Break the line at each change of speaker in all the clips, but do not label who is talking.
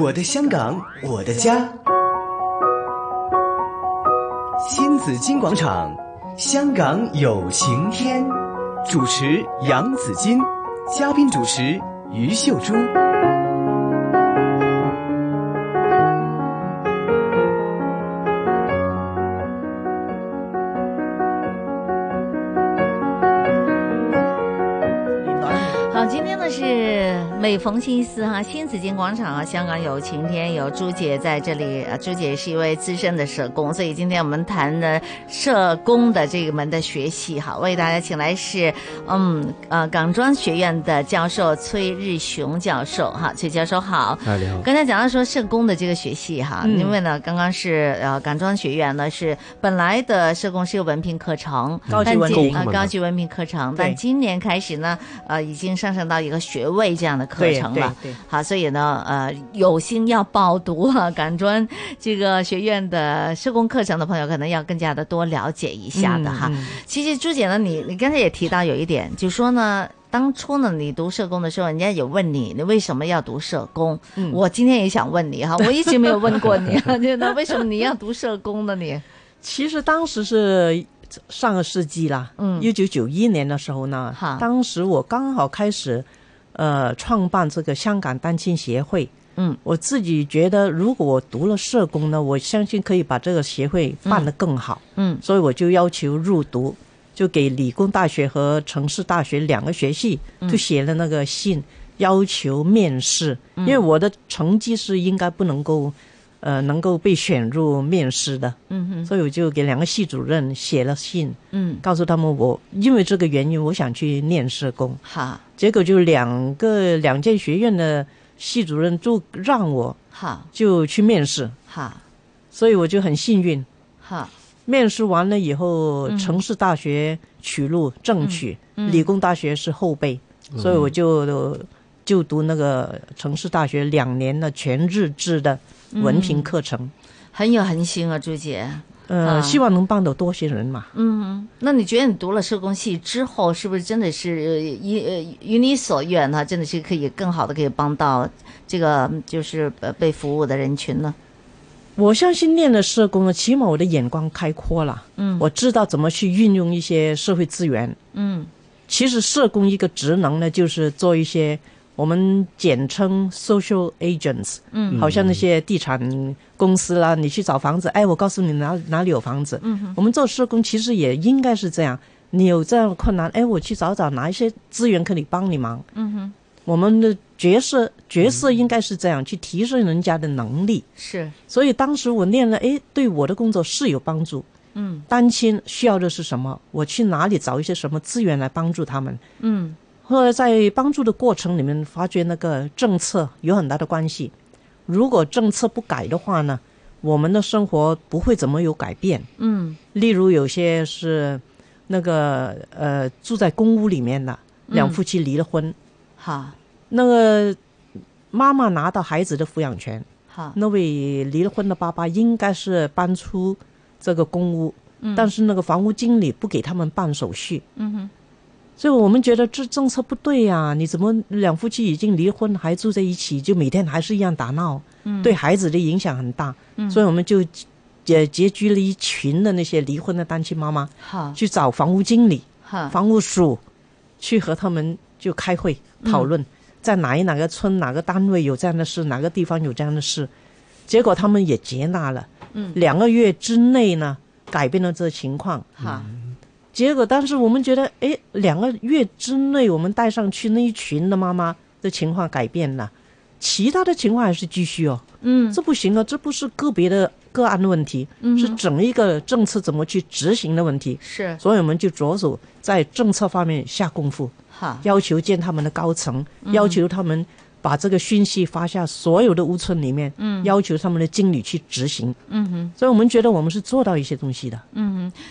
我的香港，我的家。新紫金广场，香港有晴天。主持杨紫金，嘉宾主持于秀珠。
好，今天呢是每逢星期四哈、新紫金广场啊，香港有晴天，有朱姐在这里。啊，朱姐是一位资深的社工，所以今天我们谈的社工的这个门的学习哈，为大家请来是嗯呃港专学院的教授崔日雄教授哈，崔教授好。
哎，你好，
刚才讲到说社工的这个学系哈，
嗯
因为呢，刚刚是呃港专学院呢是本来的社工是个文凭课程，
高级
但
文
今
凭
呃
嘛
高级文凭课程，但
对
今年开始呢，呃已经上升到一个学位这样的课
对
程
对
了。
对
好，所以呢，呃，有心要报读啊港专这个学院的社工课程的朋友，可能要更加的多了解一下的哈。
嗯嗯
其实朱姐呢，你你刚才也提到有一点，就说呢，当初呢，你读社工的时候，人家也问你，你为什么要读社工？
嗯
我今天也想问你哈， 我一直没有问过 你，啊，就那为什么你要读社工呢？你
其实当时是上个世纪啦，
嗯
一九九一年的时候呢
哈，
当时我刚好开始，呃，创办这个香港单亲协会。
嗯，
我自己觉得，如果我读了社工呢，我相信可以把这个协会办得更好，
嗯
所以我就要求入读，就给理工大学和城市大学两个学系就写了那个信，要求面试，因为我的成绩是应该不能够，呃，能够被选入面试的。
嗯哼
所以我就给两个系主任写了信，
嗯，
告诉他们我因为这个原因我想去念社工，
好
结果就两个两间学院的系主任就让我
好
就去面试，
好
所以我就很幸运，
好，
面试完了以后，城市大学取录正取，理工大学是后备，所以我就就读那个城市大学两年的全日制的文凭课程，
很有恒心啊，朱姐。啊
呃，希望能帮到多些人嘛。
那你觉得你读了社工系之后，是不是真的是呃以呃与你所愿哈、真的是可以更好的可以帮到这个就是呃被服务的人群呢？
我相信练了社工呢，起码我的眼光开阔了。嗯，我知道怎么去运用一些社会资源。嗯，其实社工一个职能呢，就是做一些我们简称 social agents。嗯，好像那些地产公司啦，你去找房子，哎，我告诉你哪哪里有房子。嗯，我们做社工其实也应该是这样。你有这样的困难，哎，我去找找哪一些资源可以帮你忙。嗯哼，我们的角色角色应该是这样，去提升人家的能力。
是，
所以当时我念了，诶，对我的工作是有帮助。嗯，单亲需要的是什么？我去哪里找一些什么资源来帮助他们？嗯，后来在帮助的过程里面，发觉那个政策有很大的关系。如果政策不改的话呢，我们的生活不会怎么有改变。嗯，例如有些是那个呃住在公屋里面的两夫妻离了婚，
好，
那个妈妈拿到孩子的抚养权。
好，
那位离了婚的爸爸应该是搬出这个公屋，但是那个房屋经理不给他们办手续，嗯哼，所以我们觉得这政策不对呀、你怎么两夫妻已经离婚还住在一起，就每天还是一样打闹，对孩子的影响很大，所以我们就也结聚了一群的那些离婚的单亲妈妈
好，
去找房屋经理，
好，
房务署去和他们就开会讨论，在哪一哪个村哪个单位有这样的事，哪个地方有这样的事，结果他们也接纳了。嗯，两个月之内呢，改变了这个情况。
好，
结果当时我们觉得，诶，两个月之内我们带上去那一群的妈妈的情况改变了，其他的情况还是继续哦。嗯，这不行啊，这不是个别的个案问题，是整一个政策怎么去执行的问题。
是，
所以我们就着手在政策方面下功夫，
好，
要求见他们的高层，要求他们把这个讯息发下所有的屋村里面，嗯，要求他们的经理去执行，嗯哼，所以我们觉得我们是做到一些东西的，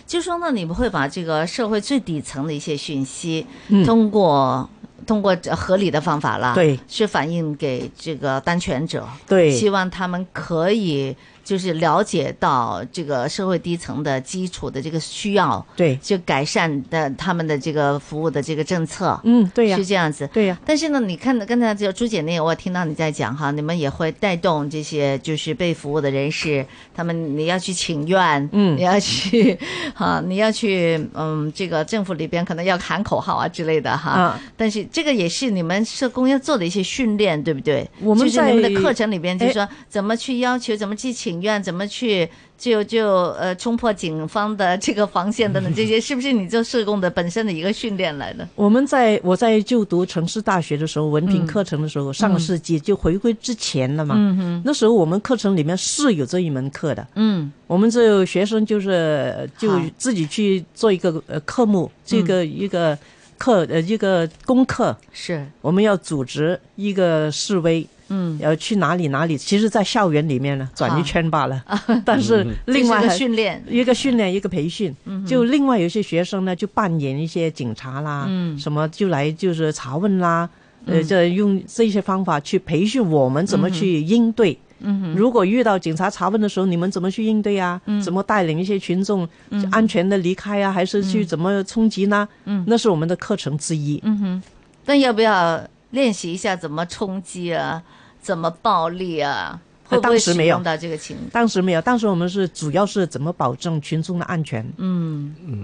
就说呢，你们会把这个社会最底层的一些讯息，通过通过这合理的方
啊
法啦，
嗯对
去反映给这个当权者，
对
希望他们可以就是了解到这个社会低层的基础的这个需要，
对，
就改善的他们的这个服务的这个政策，
嗯，对呀、
是这样子。
对呀、
但是呢，你看刚才就朱姐那个，我听到你在讲哈，你们也会带动这些就是被服务的人士，他们你要去请愿，
嗯
你要去哈，你要去嗯，这个政府里边可能要喊口号啊之类的哈。
啊，
但是这个也是你们社工要做的一些训练，对不对？
我们
就是你们的
在哎
课程里边，就是说怎么去要求，怎么去请愿，怎么去就就呃冲破警方的这个防线等等，这些是不是你做社工的本身的一个训练来的？
我们在我在就读城市大学的时候，文凭课程的时候，上个世纪就回归之前了嘛。嗯、那时候我们课程里面是有这一门课的，
嗯
我们这学生就是呃就
好嗯
自己去做一个呃科目，这个一个课呃一个功课，
是，
我们要组织一个示威。
嗯，
要去哪里哪里？其实，在校园里面呢，转
好嗯
一圈罢 了。但是另外
这
还
是个训练，
一个训练，一个培训。就另外有些学生呢，就扮演一些警察啦，什么就来就是查问啦，呃，这用这些方法去培训我们怎么去应对。如果遇到警察查问的时候，你们怎么去应对啊？怎么带领一些群众安全的离开啊？还是去怎么冲击呢？那是我们的课程之一。
但要不要练习一下怎么冲击啊，怎么暴力啊？会不会
当时
使
没有
用到这个情
当时没有，当时我们是主要是怎么保证群众的安全？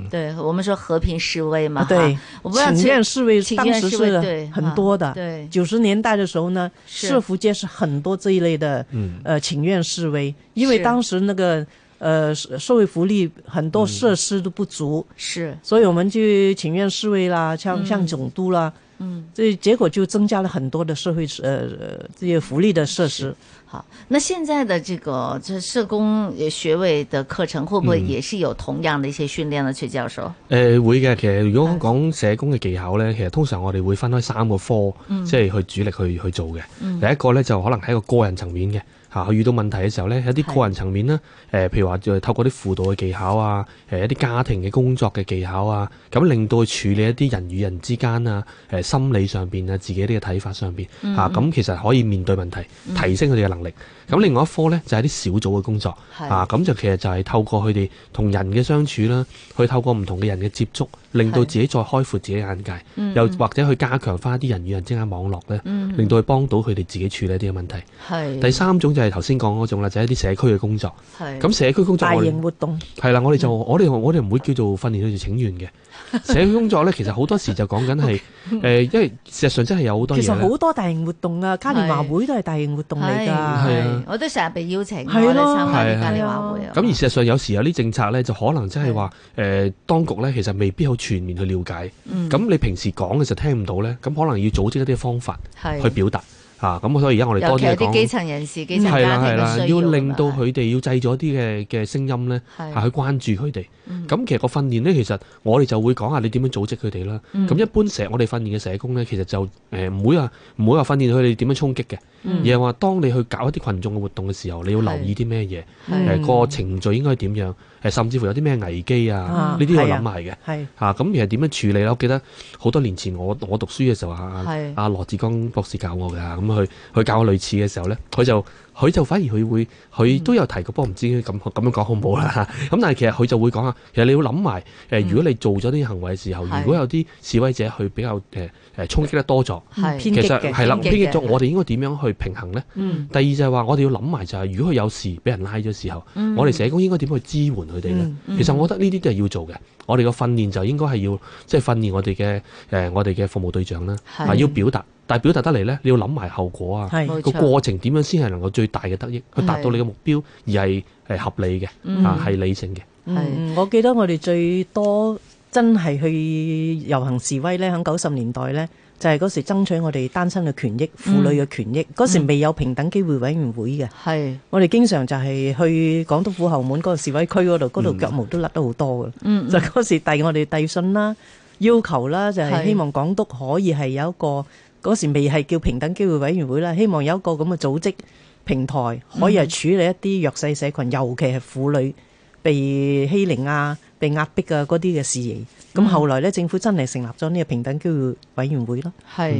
对我们说和平示威嘛，
啊对
哈，我不知道
请愿示威
请
当
愿
时
示威
是
对
很多
啊
的。
对
九十年代的时候呢，
是
社福界是很多这一类的，
嗯
呃，请愿示威，因为
是
当时那个呃社社会福利很多设施都不足，
是
所以我们去请愿示威啦，像像总督啦。嗯，这结果就增加了很多的社会呃呃这些福利的设施。
好，那现在的这个这社工呃学位的课程，会不
嗯
会也是有同样的一些训练呢？崔教授，
誒、呃會嘅，其實如果講社工嘅技巧咧，其實通常我哋會分開三個科，即係去主力去去做嘅。第一個咧就可能係一個個人層面嘅嚇，佢遇到問題嘅時候咧，有啲
係
個人層面啦，誒、譬如話就係透過啲輔導嘅技巧啊，誒、一啲家庭嘅工作嘅技巧啊，咁令到佢處理一啲人與人之間啊，誒、心理上邊啊，自己啲嘅睇法上邊嚇，啊咁、其實可以面對問題，提升佢哋嘅能力。咁另外一科咧就係、啲小組嘅工作
係
啊，咁就其實就係透過佢哋同人嘅相處啦，去透過唔同嘅人嘅接觸，令到
係
自己再開闊自己嘅眼界，
嗯
又或者去加強翻啲人與人之間網絡咧，令到佢幫到佢哋自己處理一啲嘅問題。
系
第三種就係頭先講嗰種啦，就係、一啲社區嘅工作。
系
咁社區工作
大
我
型
哋
活動
係啦，我哋就我哋我哋唔會叫做訓練佢哋請願嘅。社區工作咧，其實好多時就講緊 係誒，呃因為事實上真係有好多嘢
其實
呢。
好多大型活動啊，嘉年華會都係大型活動嚟㗎。
係
係啊
我都成日被邀請，
係咯
我哋參加
係
啲
啊
嘉年華會啊。
咁而事實上，有時有啲政策咧，就可能真係話誒，當局咧其實未必好全面去了解。咁、
嗯
你平時講嘅時候聽唔到咧，咁可能要組織一啲方法
係
去表達啊。咁所以而家我哋
尤
多
其係
啲
啲基
講。
層人士、基層
係
家
啦
庭
係
嘅
啦
需，要
要
㗎嘛
令到佢哋要製造一啲嘅嘅聲音咧，
係
啊去關注佢哋。咁其實個訓練咧，其實我哋就會講下你點樣組織佢哋啦。咁一般社我哋訓練嘅社工咧，其實就誒唔會話唔會話訓練佢哋點樣衝擊嘅，
嗯
而係話當你去搞一啲群眾嘅活動嘅時候，你要留意啲咩嘢。
係
誒個程序應該係點樣？誒甚至乎有啲咩危機啊
啊？
呢啲要
係啊
諗埋嘅。
係
嚇咁其實點樣處理啦？我記得好多年前我我讀書嘅時候啊，阿
係
阿羅志剛博士教我㗎，咁佢佢教我類似嘅時候咧，佢就佢就反而佢會佢都有提過，不過唔知咁咁樣講好唔好啦。咁但係其實佢就會講啊，其實你要諗埋誒，如果你做咗呢啲行為嘅時候，
係
如果有啲示威者佢比較誒誒衝擊得多咗。
係
偏
其
激
實
嘅
係啦，
偏
偏
激嘅
激咗，我哋應該點樣去平衡呢？第二就係話，我哋要諗埋就係，如果佢有事俾人拉咗時候，
嗯
我哋社工應該點去支援佢哋呢？其實我覺得呢啲都係要做嘅。我哋個訓練就應該係要即係訓練我哋嘅誒，我哋嘅服務對象啦，
係
啊要表達，但係表達得嚟呢，你要諗埋後果啊，
係
冇
個
錯
過程點樣先係能夠最大嘅得益，去達到你嘅目標，而係誒合理
嗯
嘅，啊係理性嘅。
係
嗯，我記得我哋最多真係去遊行示威咧，喺九十年代咧，就係、嗰時爭取我哋單身嘅權益、婦女嘅權益。嗰、時未有平等機會委員會嘅，
係
我哋經常就係去港督府後門嗰個示威區嗰度，嗰度腳毛都甩得好多嘅。
嗯
就嗰時遞我哋遞信啦、要求啦，就係、
係
希望港督可以係有一個嗰時未係叫平等機會委員會啦，希望有一個咁嘅組織平台，可以係處理一啲弱勢社群，尤其係婦女被欺凌啊、被壓迫啊嗰啲嘅事宜。咁後來咧，政府真係成立咗呢個平等機會委員會咯。
係。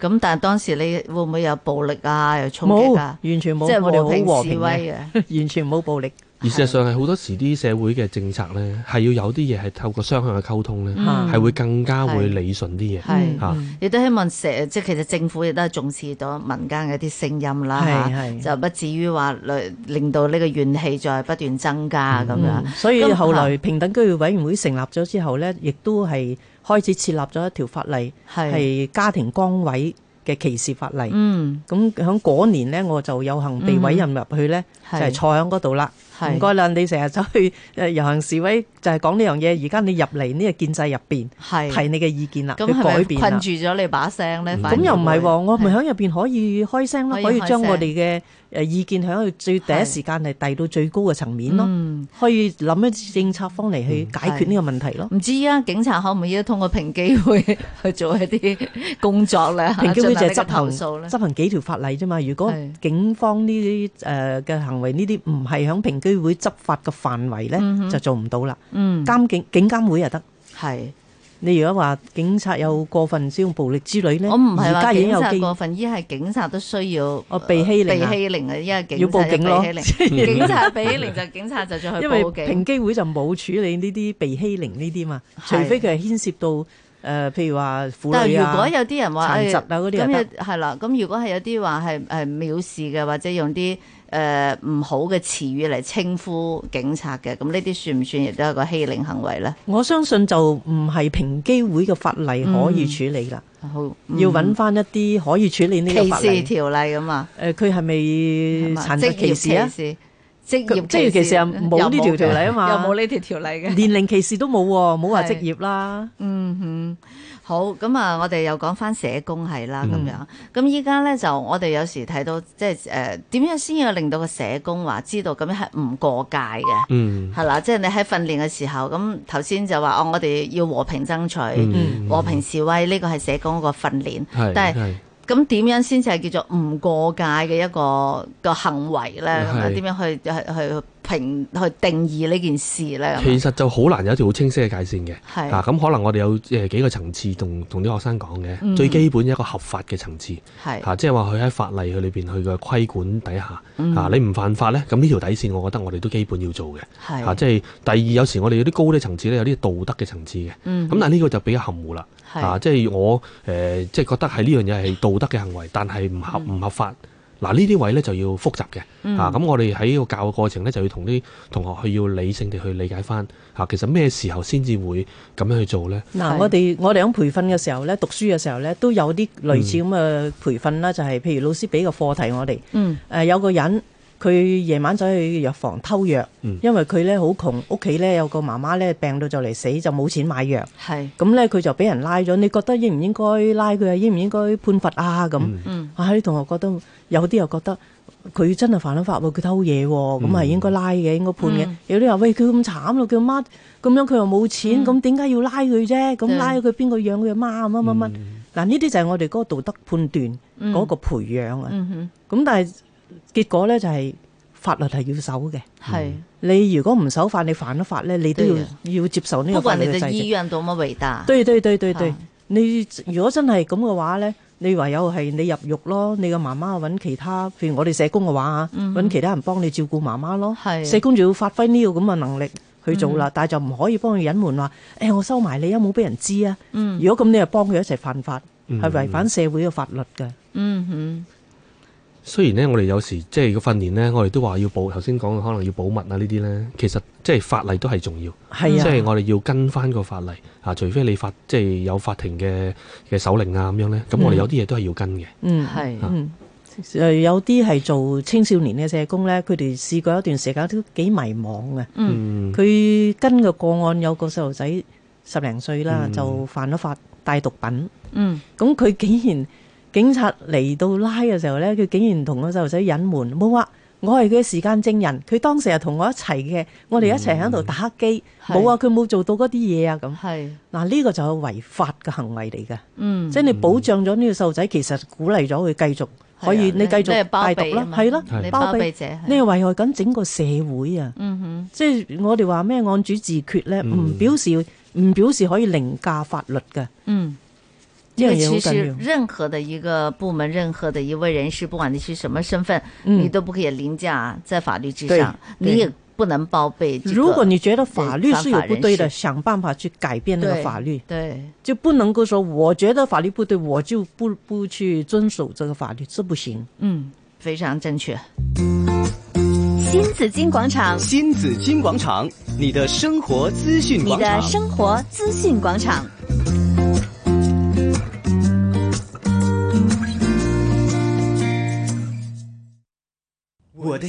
咁但係當時你會唔會有暴力啊，有衝
冇
擊啊？
完全冇，
即係
我
和
哋好和
平示
平
威
嘅，
啊！
完全冇暴力。
而事實上係好多時啲社會嘅政策咧，係要有啲嘢係透過雙向嘅溝通咧，
嗯
係會更加會
係
理順啲嘢。啊
係
嚇
亦都希望社即係其實政府亦都係重視到民間嘅一啲聲音啦
係
嚇
係
就不至於話令令到呢個怨氣再不斷增加咁樣。
嗯所以
咁啊
後來平等居育委員會成立咗之後呢，亦都係開始設立咗一條法例，
係
係家庭崗位嘅歧視法例。
嗯，
咁喺嗰年呢，我就有幸被委任入去呢，
嗯
就係
係
坐喺嗰度啦。
係
唔該啦，你成日走去 誒遊行示威，就係講呢樣嘢。而家你入嚟呢個建制入邊，
係
提你嘅意見啦，
咁
去
係
改
咪
變啦
困。住咗你把聲咧？
咁
咁
又唔係喎，我咪喺入邊可以開聲咯，
可以
可以
開
將
聲
我哋嘅誒意見喺去最第一
係
時間係遞到最高嘅層面咯。
嗯，
可以諗一啲政策方嚟去解決呢個問題咯。
唔知啊，警察可唔可以通過平機會去做一啲工作 咧？
平機會就係
係
執行
訴咧。
執行幾條法例啫嘛。如果
係
警方呢啲誒嘅行為呢啲唔係響平機會執法嘅範圍咧，就做唔到啦。
嗯，
監警警監會又得。
係。
你如果話警察有過分使用暴力之類咧，
我唔係
而
話
家已經
警
有
察
機
過分，依係警察都需要
哦被欺凌啊
被欺凌啊，因為警察
要報警咯
就被欺 凌警察被欺凌就警察就再去
因為
報
平
警。
機會就冇處理呢啲被欺凌呢啲嘛，除
係
非佢係牽涉到誒、呃譬如話婦
但
女
係
啊、
如果有啲人話
殘疾
誒
啊嗰啲又
咁
得，
有係啦，咁如果係有啲話係係藐視嘅，或者用啲誒唔好嘅詞語嚟稱呼警察嘅，咁呢啲算唔算亦都係一個欺凌行為咧？
我相信就唔係平機會嘅法例可
嗯
以處理啦，
好，
要揾翻一啲可以處理呢個
嗯歧
法
視
例。
條例咁啊，
誒，佢係咪殘疾歧視啊？
職
佢
業
職業歧視啊冇呢條條例啊嘛
嗯又冇呢條條例嘅。
年齡歧視都冇喎，冇話
係
職業啦。
嗯哼，好咁啊！我哋又講翻社工係
嗯
啦，咁樣咁依家咧就我哋有時睇到即係誒點樣先要令到個社工話知道咁樣係唔過界嘅，
嗯
係啦，即係你喺訓練嘅時候，咁頭先就話哦，我哋要和平爭取、
嗯
和平示威，呢個係社工個訓練，
係，
但係
係
咁點樣先至係叫做唔過界嘅一個個行為咧？咁啊，
係
點樣去去去評去定義呢件事咧？
其實就好難有一條好清晰嘅界線嘅。
係
啊，咁可能我哋有誒幾個層次同同啲學生講嘅，
嗯
最基本一個合法嘅層次
係
嚇、即係話佢喺法例佢裏邊佢嘅規管底下嚇、
嗯
啊你唔犯法咧，咁呢條底線我覺得我哋都基本要做嘅嚇、
係
即係第二有時我哋有啲高啲層次咧，有啲道德嘅層次嘅，咁、
嗯
但係呢個就比較含糊啦。
係
啊，即係我誒、呃即係覺得係呢樣嘢係道德嘅行為，但係唔合唔合法。嗱呢啲位咧就要複雜嘅，啊咁我哋喺個教嘅過程咧就要同啲同學去要理性地去理解翻，啊其實咩時候先至會咁樣去做咧？
嗱，
係
我哋我哋喺培訓嘅時候咧，讀書嘅時候咧，都有啲類似咁嘅培訓啦，就係譬如老師俾個課題我哋，
嗯
誒有個人佢夜晚走去藥房偷藥，因為佢咧好窮，屋企咧有個媽媽咧病到就嚟死，就冇錢買藥。
係
咁咧佢就俾人拉咗，你覺得應唔應該拉佢啊？應唔應該判罰啊？咁、
嗯
啊啲同學覺得有啲又覺得佢真係犯咗法喎，佢偷嘢喎，咁
嗯
係應該拉嘅，應該判嘅。有啲話喂佢咁慘咯，佢阿媽咁樣佢又冇錢，咁點解要拉佢啫？咁
嗯對嗯
拉佢邊個養佢阿媽啊？乜乜乜嗱呢啲就係我哋嗰個道德判斷嗰個培養啊。
嗯哼
咁但係結果咧就係法律係要守嘅。
係。
你如果唔守法，你犯咗法咧，你都要
對啊
要接受呢
不
個法
管
律
你
嘅制
的
定
意。愿多么伟大，
對對對對對
啊，
你如果真係咁嘅話咧，你唯有係你入獄咯，你個媽媽揾其他，譬如我哋社工嘅話啊，揾其他人幫你照顧媽媽咯。
嗯係嗯
社工就要發揮呢個咁嘅能力去做啦，但係就唔可以幫佢隱瞞話，誒、我收埋你啊，冇俾人知啊。
嗯
如果咁，你又幫佢一齊犯法，
嗯
係違反社會嘅法律嘅。
嗯
雖然咧，我哋有時即係個訓練咧，我哋都話要保，頭先講嘅可能要保密啊呢啲咧，其實即係法例都係重要，
係
即係
啊，
我哋要跟翻個法例啊，除非你法即係有法庭嘅嘅手令啊咁樣咧，咁我哋有啲嘢都係要跟嘅。
嗯
哼，。係
嗯，誒有啲係做青少年嘅社工咧，佢哋試過一段時間都幾迷茫啊嘅。
嗯，
佢、跟嘅個案有個細路仔十零歲啦，
嗯
就犯咗法帶毒品。
嗯
咁佢竟然警察嚟到拉嘅時候咧，佢竟然同個細路仔隱瞞，冇啊！我係佢嘅時間證人，佢當時係同我一齊嘅，我哋一齊喺度打機，
嗯係
冇、啊！佢冇做到嗰啲嘢啊咁。
嗯係
嗱，呢個就係違法嘅行為嚟嘅。
嗯
即係你保障咗呢個細路仔，其實鼓勵咗佢繼續
啊
可以
你
你繼
你係
續
包
帶
庇
毒
啊
啦，
嘛
係啦
係，包庇者係
你係危害緊整個社會啊！
嗯
即係我哋話咩案主自決咧，唔表示唔表示可以凌駕法律嘅。
哼嗯
这样
因为
也有
其
感
实
觉。
任何的一个部门、任何的一位人士，不管你是什么身份，
嗯
你都不可以凌驾在法律之
对
上，
对
你也不能包庇这个、
如果你觉得法律是有不对
对
的，想办法去改变那个
对
法律，
对
就不能够说我觉得法律不对，我就不不去遵守这个法律，这不行。
嗯非常正确。
新紫金广场，
新紫金广场，你的生活资讯
你
广场
的。生活资讯广场。
我的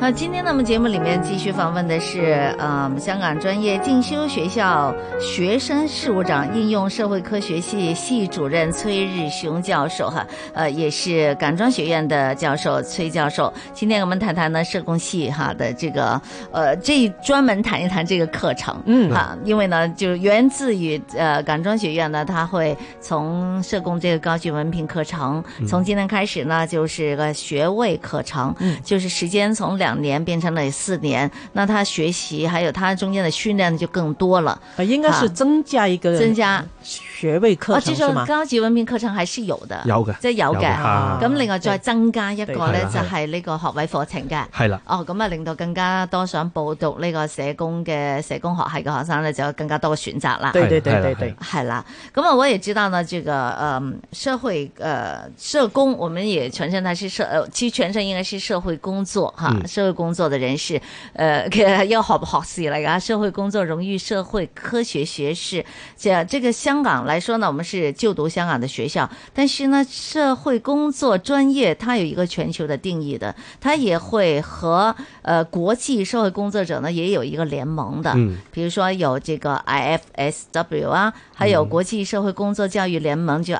好，今天呢我们节目里面继续访问的是，呃，香港专业进修学校学生事务长、应用社会科学系系主任崔日雄教授哈，呃，也是港专学院的教授崔教授。今天我们谈谈呢社工系哈的这个，呃，这专门谈一谈这个课程，
嗯
哈，啊因为呢就是源自于呃港专学院呢，它会从社工这个高级文凭课程，从今天开始呢就是个学位课程，就是时间从两年变成了四年，那他学习还有他中间的训练就更多了，
呃，应该
啊
是增加一个
增加
学位课
啊，
程
这
是
種
嘛？
高級文憑課程係是有嘅，
有嘅，
即係有嘅。
嚇
啊
咁另外再增加一個咧
對，
就係呢個學位課程嘅。
係啦，
哦，咁啊，令到更加多想報讀呢個社工嘅社工學系嘅學生咧，就有更加多嘅選擇啦。
对对对
係啦
对
係
对
啦，
係啦，咁啊，我也知道呢，這個嗯，社會呃社工，我們也全稱他是社，呃其實全稱應該是社會工作哈，
嗯
社會工作的人士，呃，其實要學學士嚟噶，社會工作榮譽社會科學學士。這這個香港來說呢，我們是就讀香港的學校，但是呢，社會工作專業它有一個全球的定義的，它也會和呃國際社會工作者呢也有一個聯盟的，
嗯，
比如说有这个 IFSW 啊，还
嗯
有国际社会工作教育联盟，就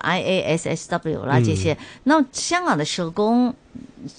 IASSW 啦、
嗯
这些。那香港的社工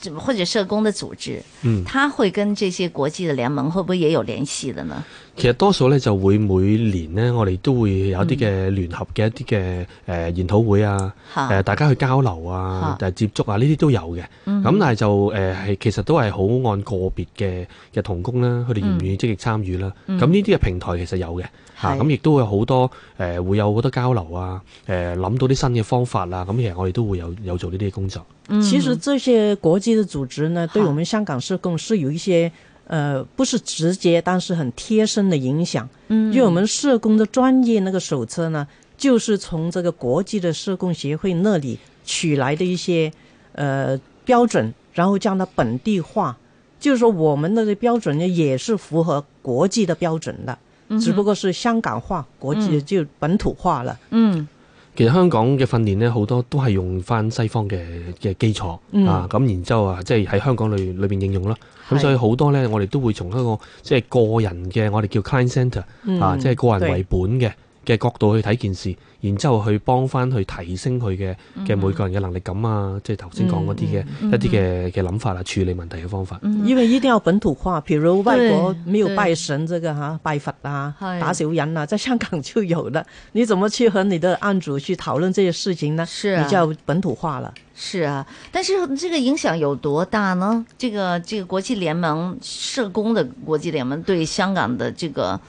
嗯或者社工的组织，
嗯
它会跟这些国际的联盟会不会也有联系的呢？
其實多數咧就會每年咧，我哋都會有啲嘅聯合嘅一啲嘅誒研討會嗯啊，誒、
哈，
大家去交流啊，嗯誒、接觸啊，呢啲都有嘅。咁、但係就誒係、其實都係好按個別嘅嘅童工啦，佢哋願唔願意積極參與啦。咁呢啲嘅平台其實有嘅嚇，
係
咁亦都會有好多誒、會有好多交流啊，誒、諗到啲新嘅方法啊啦。咁其實我哋都會有有做呢啲嘅工作。
其实这些国际的组织呢，对
好
我们香港社工是有一些呃，不是直接，但是很贴身的影响。嗯，因为我们社工的专业那个手册呢，就是从这个国际的社工协会那里取来的一些呃标准，然后将它本地化。就是说，我们的标准呢也是符合国际的标准的，只不过是香港化，国际就本土化了。
嗯
其實香港嘅訓練咧，好多都係用翻西方嘅嘅基礎、
嗯
啊，咁然之後啊，即係喺香港裏裏邊應用啦。咁
係
所以好多咧，我哋都會從一個即係個人嘅，我哋叫 client centre、啊，
嗯
即係個人為本嘅嘅角度去睇件事，然之後去幫翻去提升佢嘅嘅每個人嘅能力感啊，即係頭先講嗰啲嘅一啲嘅嘅諗法啊，處理問題嘅方法。
因为一定要本土化，比如外国
嗯对
没有拜神这个哈、拜佛啊、
是
打小人啊，在 香港就有了。你怎么去和你的案主去讨论这些事情呢？
是啊
你就要本土化了。
是啊，但是这个影响有多大呢？这个这个国际联盟社工的国际联盟对香港的这个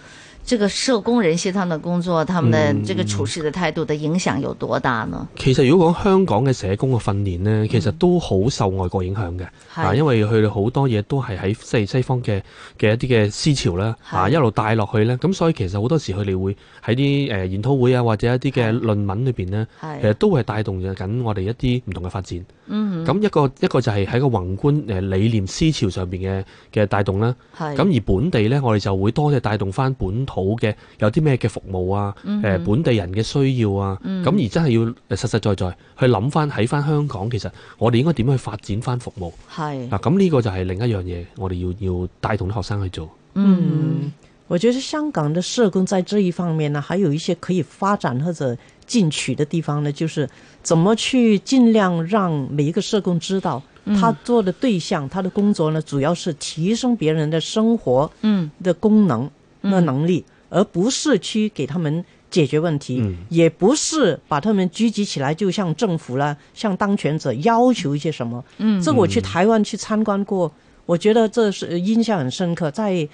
这个社工人士他们的工作、他们的
嗯
这个处事的态度的影响有多大呢？
其實如果講香港嘅社工嘅訓練呢，其實都好受外國影響嘅，
係
啊，因為佢哋好多嘢都係喺西西方嘅嘅一啲嘅思潮啦，
係
啊一路帶落去咧，咁所以其實好多時佢哋會喺啲誒研討會啊，或者一啲嘅論文裏邊呢，
係
其實都係帶動緊我哋一啲唔同嘅發展。嗯，咁一個一個就係喺個宏觀誒理念思潮上邊嘅嘅帶動啦。
係
咁而本地呢，我哋就會多啲帶動翻本土嘅有啲咩嘅服務啊，誒、本地人嘅需要啊，咁、而真係要實實在在去諗翻喺翻香港，其實我哋應該點樣去發展翻服務
係
啊嗱？咁呢個就係另一樣嘢，我哋要要帶動啲學生去做。
嗯
我觉得香港的社工在这一方面呢，还有一些可以发展或者进取的地方呢，就是怎么去尽量让每一个社工知道
嗯
他做的对象、他的工作呢，主要是提升别人的生活
嗯
的功能、的能力，而不是去给他们解决问题，
嗯
也不是把他们聚集起来，就像政府啦、像当权者要求一些什么。嗯，这个我去台湾去参观过，我觉得这是印象很深刻。在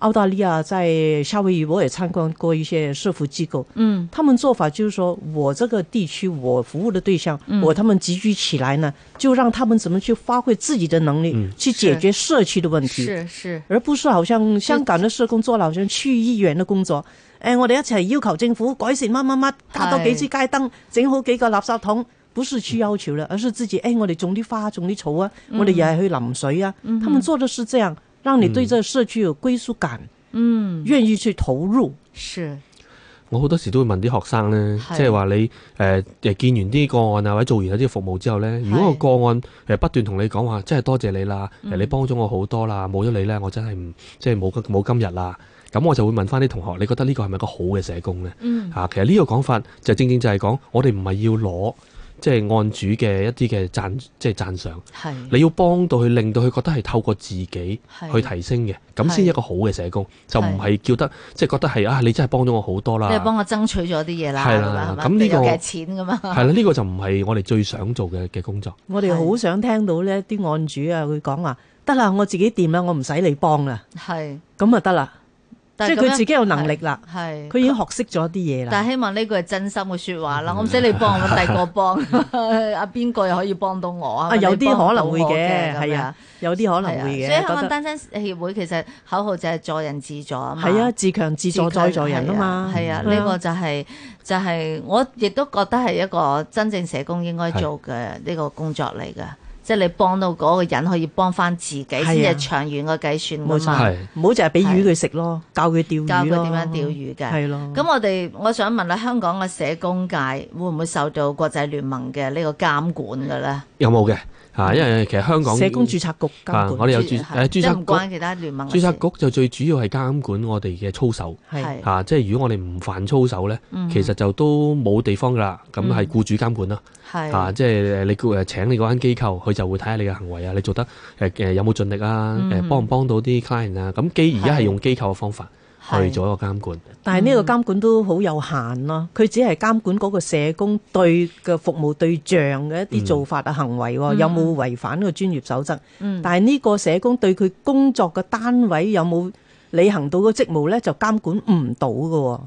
澳大利亚、在夏威夷，我也参观过一些社福机构。
嗯，
他们做法就是说，我这个地区我服务的对象，
嗯
我他们集聚起来呢，就让他们怎么去发挥自己的能力，去解
嗯是
决社区的问
嗯
题。
是是，
而不是好
嗯
像香港的社工做啦，好像區議員嘅工作。誒、我哋一齊要求政府改善乜乜乜，加多幾支街燈，整好幾個垃圾桶。不是去要求了，而是自己誒、哎我哋種啲花，種啲草啊，
嗯
我哋又係去淋水啊。他們做的是這樣，讓你
嗯
對這個社區有歸屬感，嗯，願意去投入。
是
我好多時都會問啲學生咧，
係
即係話你誒誒、呃、見完啲個案啊，或者做完有啲服務之後咧，如果個個案誒不斷同你講話，真係多謝你啦，誒你幫咗我好多啦，冇咗你咧，我真係唔即係冇今冇今日啦。咁我就會問翻啲同學，你覺得呢個係咪一個好嘅社工咧？
嗯
啊，其實呢個講法就正正就係講，我哋唔係要攞即係案主嘅一啲嘅讚，即係讚賞。
係
你要幫到佢，令到佢覺得係透過自己去提升嘅，咁先一個好嘅社工，就唔係叫得即係覺得係啊，你真係幫咗我好多啦。
即係幫我爭取咗啲嘢啦，
係
係
啦
嘛係嘛？
咁呢個
尤其係錢啊噶嘛，
係啦，呢、個就唔係我哋最想做嘅嘅工作。
我哋好想聽到呢啲案主啊，佢講話得啦，我自己掂啦，我唔使你幫啦，
係，
咁啊得啦，即
但
係
咁樣
佢自己有能力啦，
係
佢已經學識咗啲嘢啦。嗯
但係希望呢句係真心嘅説話啦，我唔使你幫，我第 個幫， 阿邊個又可以幫到我啊？
啊，有啲可能會
會
嘅，
係
係啊，，有啲可能會嘅，
係啊所以
覺
香港
得
單身協會其實口號就係助人自助啊嘛。
係啊，自強自助再助人啊嘛，
係啊，呢個就係就係我亦都覺得係一個真正社工應該做嘅呢個工作嚟嘅，即係你幫到嗰個人可以幫翻自己，先
啊
至長遠嘅計算
冇
㗎
錯啊
嘛。
係
唔好淨係俾魚佢食咯，教佢釣
教
魚
佢
咯，
點樣釣魚嘅
係咯，
咁我哋我想問啦，香港嘅社工界會唔會受到國際聯盟嘅呢個監管嘅咧？
有冇嘅啊嚇？因為其實香港
嗯社工註冊局
啊
監
我哋
管，
有
即
註
係
誒
即
註
係唔
冊
關
局，
其他聯盟嘅
註
事。
冊局就最主要係監管我哋嘅操守。
係
係嗯
嚇、即係如果我哋唔犯操守咧，
嗯
其實就都冇地方噶啦，咁係僱主監管啦，嚇、
係
即係誒你僱誒請你嗰間機構，佢就會睇下你嘅行為啊，你做得誒誒、有冇盡力啊，
嗯
誒、幫唔幫到啲 client 啊，咁機而家係用機構嘅方法去
係
做一個監管，
但係呢個監管都好有限咯，佢只係監管嗰個社工對嘅服務對象嘅一啲做法啊行為喎，有冇違反個專業守則？
嗯
但係呢個社工對佢工作嘅單位有冇履行到個職務咧，就監管唔到嘅喎。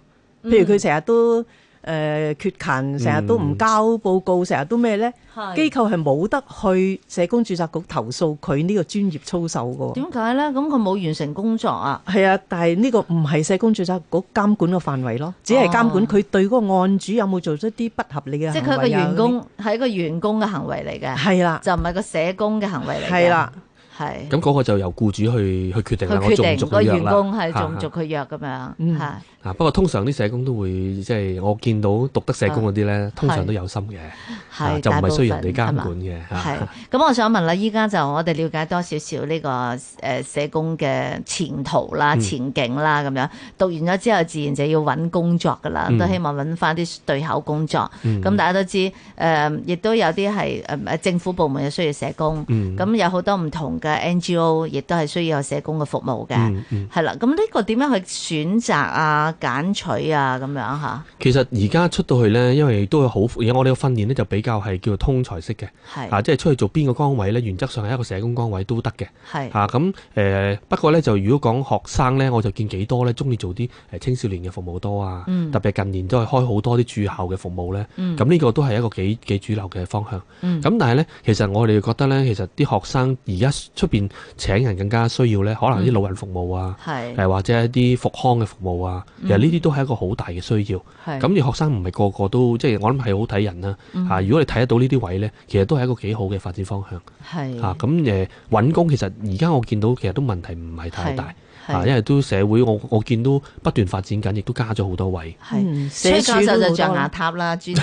譬如佢成日都誒、呃缺勤，成日都唔交報告，成日都咩咧？機
係
構係冇得去社工註冊局投訴佢呢個專業操守嘅喎。
點解咧？咁佢冇完成工作啊？
係啊，但係呢個唔係社工註冊局監管嘅範
哦
圍咯，只係監管佢對嗰個案主有冇做出啲不合理嘅
即係
行為啊
佢一個員工係一個員工嘅行為嚟嘅，
係啦，
就唔係個社工嘅行為嚟嘅。
係啦，
係，
咁嗰個就由僱主去去決定啦，我
佢
做唔
決
做
定
佢
個
約
員
啦
工係
嚇
做唔
嚇
做佢約咁樣，
嗯
係
啊，不過通常啲社工都會即係我見到讀得社工嗰啲咧，通常都有心嘅，啊
係
就唔
大部
係
分
需要人哋
係
監
嘛
管 嘅
係
嚇。，
咁我想問啦，依家就我哋了解多少少呢個誒社工嘅前途啦、
嗯
前景啦咁樣。讀完咗之後，自然就要揾工作噶啦，
嗯
都希望揾翻啲對口工作。
嗯
咁大家都知誒，嗯亦都有啲係誒政府部門又需要社工，
嗯
咁有好多唔同嘅 NGO 亦都係需要有社工嘅服務嘅。
嗯嗯，
係啦，咁呢個點樣去選擇啊、揀取啊咁樣吓？
其實而家出到去咧，因為都有好，而家我哋嘅訓練咧就比較係叫做通才式嘅，啊，
係
即係出去做邊個崗位咧，原則上係一個社工崗位都得嘅，
係
啊，咁誒、呃不過咧就如果講學生咧，我就見幾多咧，中意做啲誒青少年嘅服務多啊，
嗯
特別近年都係開好多啲駐校嘅服務咧，
嗯
咁呢、個都係一個幾幾主流嘅方向。
嗯
咁但係咧，其實我哋覺得咧，其實啲學生而家出邊請人更加需要咧，可能啲老人服務啊，誒、
係
或者一啲復康嘅服務啊，其實呢啲都係一個好大嘅需要。
嗯係
咁你學生唔係個個都即係我諗係好睇人啦、嚇、
嗯
如果你睇得到呢啲位咧，其實都係一個幾好嘅發展方向
係
嚇。啊咁誒揾工其實而家我見到其實都問題唔係太大
係
嚇、因為都社會我我見都不斷發展緊，亦都加咗好多位。
係，
嗯
所以
社
教
署都
授
好
就
多
象牙
啦
塔啦，朱姐，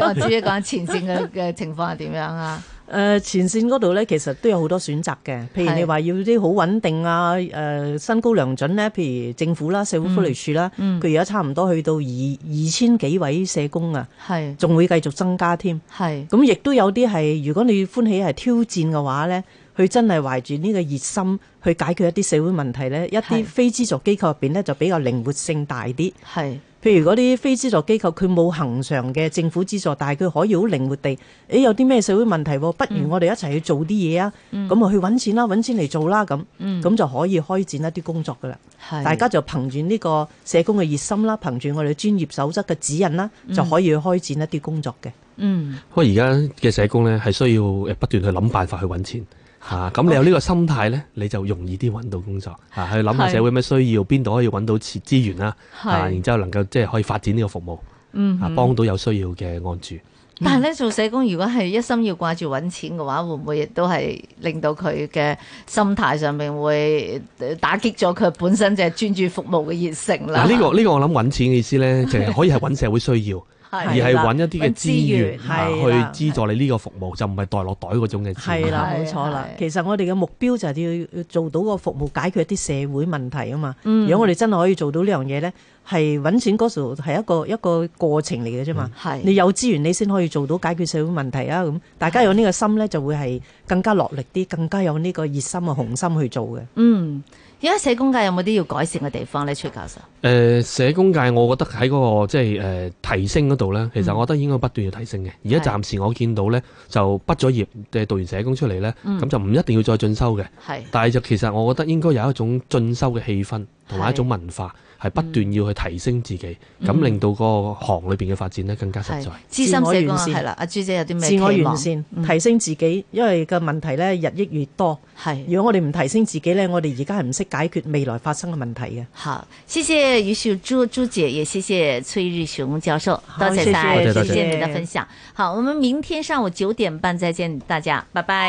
我朱姐講前線嘅嘅情況係點樣啊？
呃前線嗰度咧，其實都有好多選擇嘅。譬如
係
你話要啲好穩定啊，誒、薪高糧準咧，譬如政府啦、社會福
嗯
利署啦，佢而家差唔多去到二二千幾位社工啊，
嗯係
仲會繼續增加添。
係
咁亦都有啲係，如果你歡喜係挑戰嘅話咧，佢真係懷住呢個熱心去解決一啲社會問題咧，一
係
啲非資助機構入邊咧就比較靈活性大啲。
係
譬如嗰啲非資助機構，佢冇恒常嘅政府資助，但係佢可以好靈活地，誒有啲咩社會問題喎，不
嗯
如我哋一齊去做啲嘢啊，咁啊去揾錢啦，揾錢嚟做啦，咁咁就可以開展一啲工作噶啦。
嗯係，
大家就憑住呢個社工嘅熱心啦，憑住我哋專業守則嘅指引啦，就可以去開展一啲工作嘅。
嗯
不過而家嘅社工咧係需要誒不斷去諗辦法去揾錢嚇，咁、你有呢個心態咧，你就容易啲揾到工作嚇、去諗下
係
社會有咩需要，邊度可以揾到資資源啦、
係
啊，然之後能夠即係可以發展呢個服務，
嗯。
啊幫到有需要嘅案主。
但係咧，做社工如果係一心要掛住揾錢嘅話，會唔會亦都係令到佢嘅心態上面會呃打擊咗佢本身就係專注服務嘅熱誠啦？
嗱呢、個呢、個我諗揾錢嘅意思咧，就係可以係揾社會需要，
啊
而係
啦
揾一啲嘅
揾資
資源
源
啊
係啦
去資助你呢個服務，就唔係袋落袋嗰種嘅資
係
源。
啦，
係
冇錯啦
係。
其實我哋嘅目標就係要要做到個服務解決一啲社會問題啊嘛。如果我哋真係可以做到呢樣嘢呢，係揾錢嗰時候係一個一個過程嚟嘅啫嘛。
係
你有資源，你先可以做到解決社會問題啊。咁大家有呢個心呢，就會係更加落力啲，更加有呢個熱心啊、雄心去做嘅。
嗯，而家社工界有冇啲要改善嘅地方咧？崔教授，
誒、社工界，我覺得喺嗰、個即係誒、提升嗰度咧，其實我覺得應該不斷要提升嘅。而家
係
暫時我見到咧，就畢咗業嘅讀完社工出嚟咧，咁、就唔一定要再進修嘅。
係
但係就其實我覺得應該有一種進修嘅氣氛，同埋一種文化，係不斷要去提升自己，咁、令到個行裏邊嘅發展咧更加實在
係。資深社工啊
自我完善
係啦，阿朱姐有啲咩
自我
期望
完善，提升自己，因為個問題呢日益越多。
係
如果我哋唔提升自己呢，我哋而家係唔識解決未來發生嘅問題嘅。
好，谢谢于秀珠朱姐，也谢谢崔日雄教授，
好
多谢
谢谢
晒，
多谢
谢
多
谢
谢
你的分享。好，我们明天上午九点半再见大家，拜拜。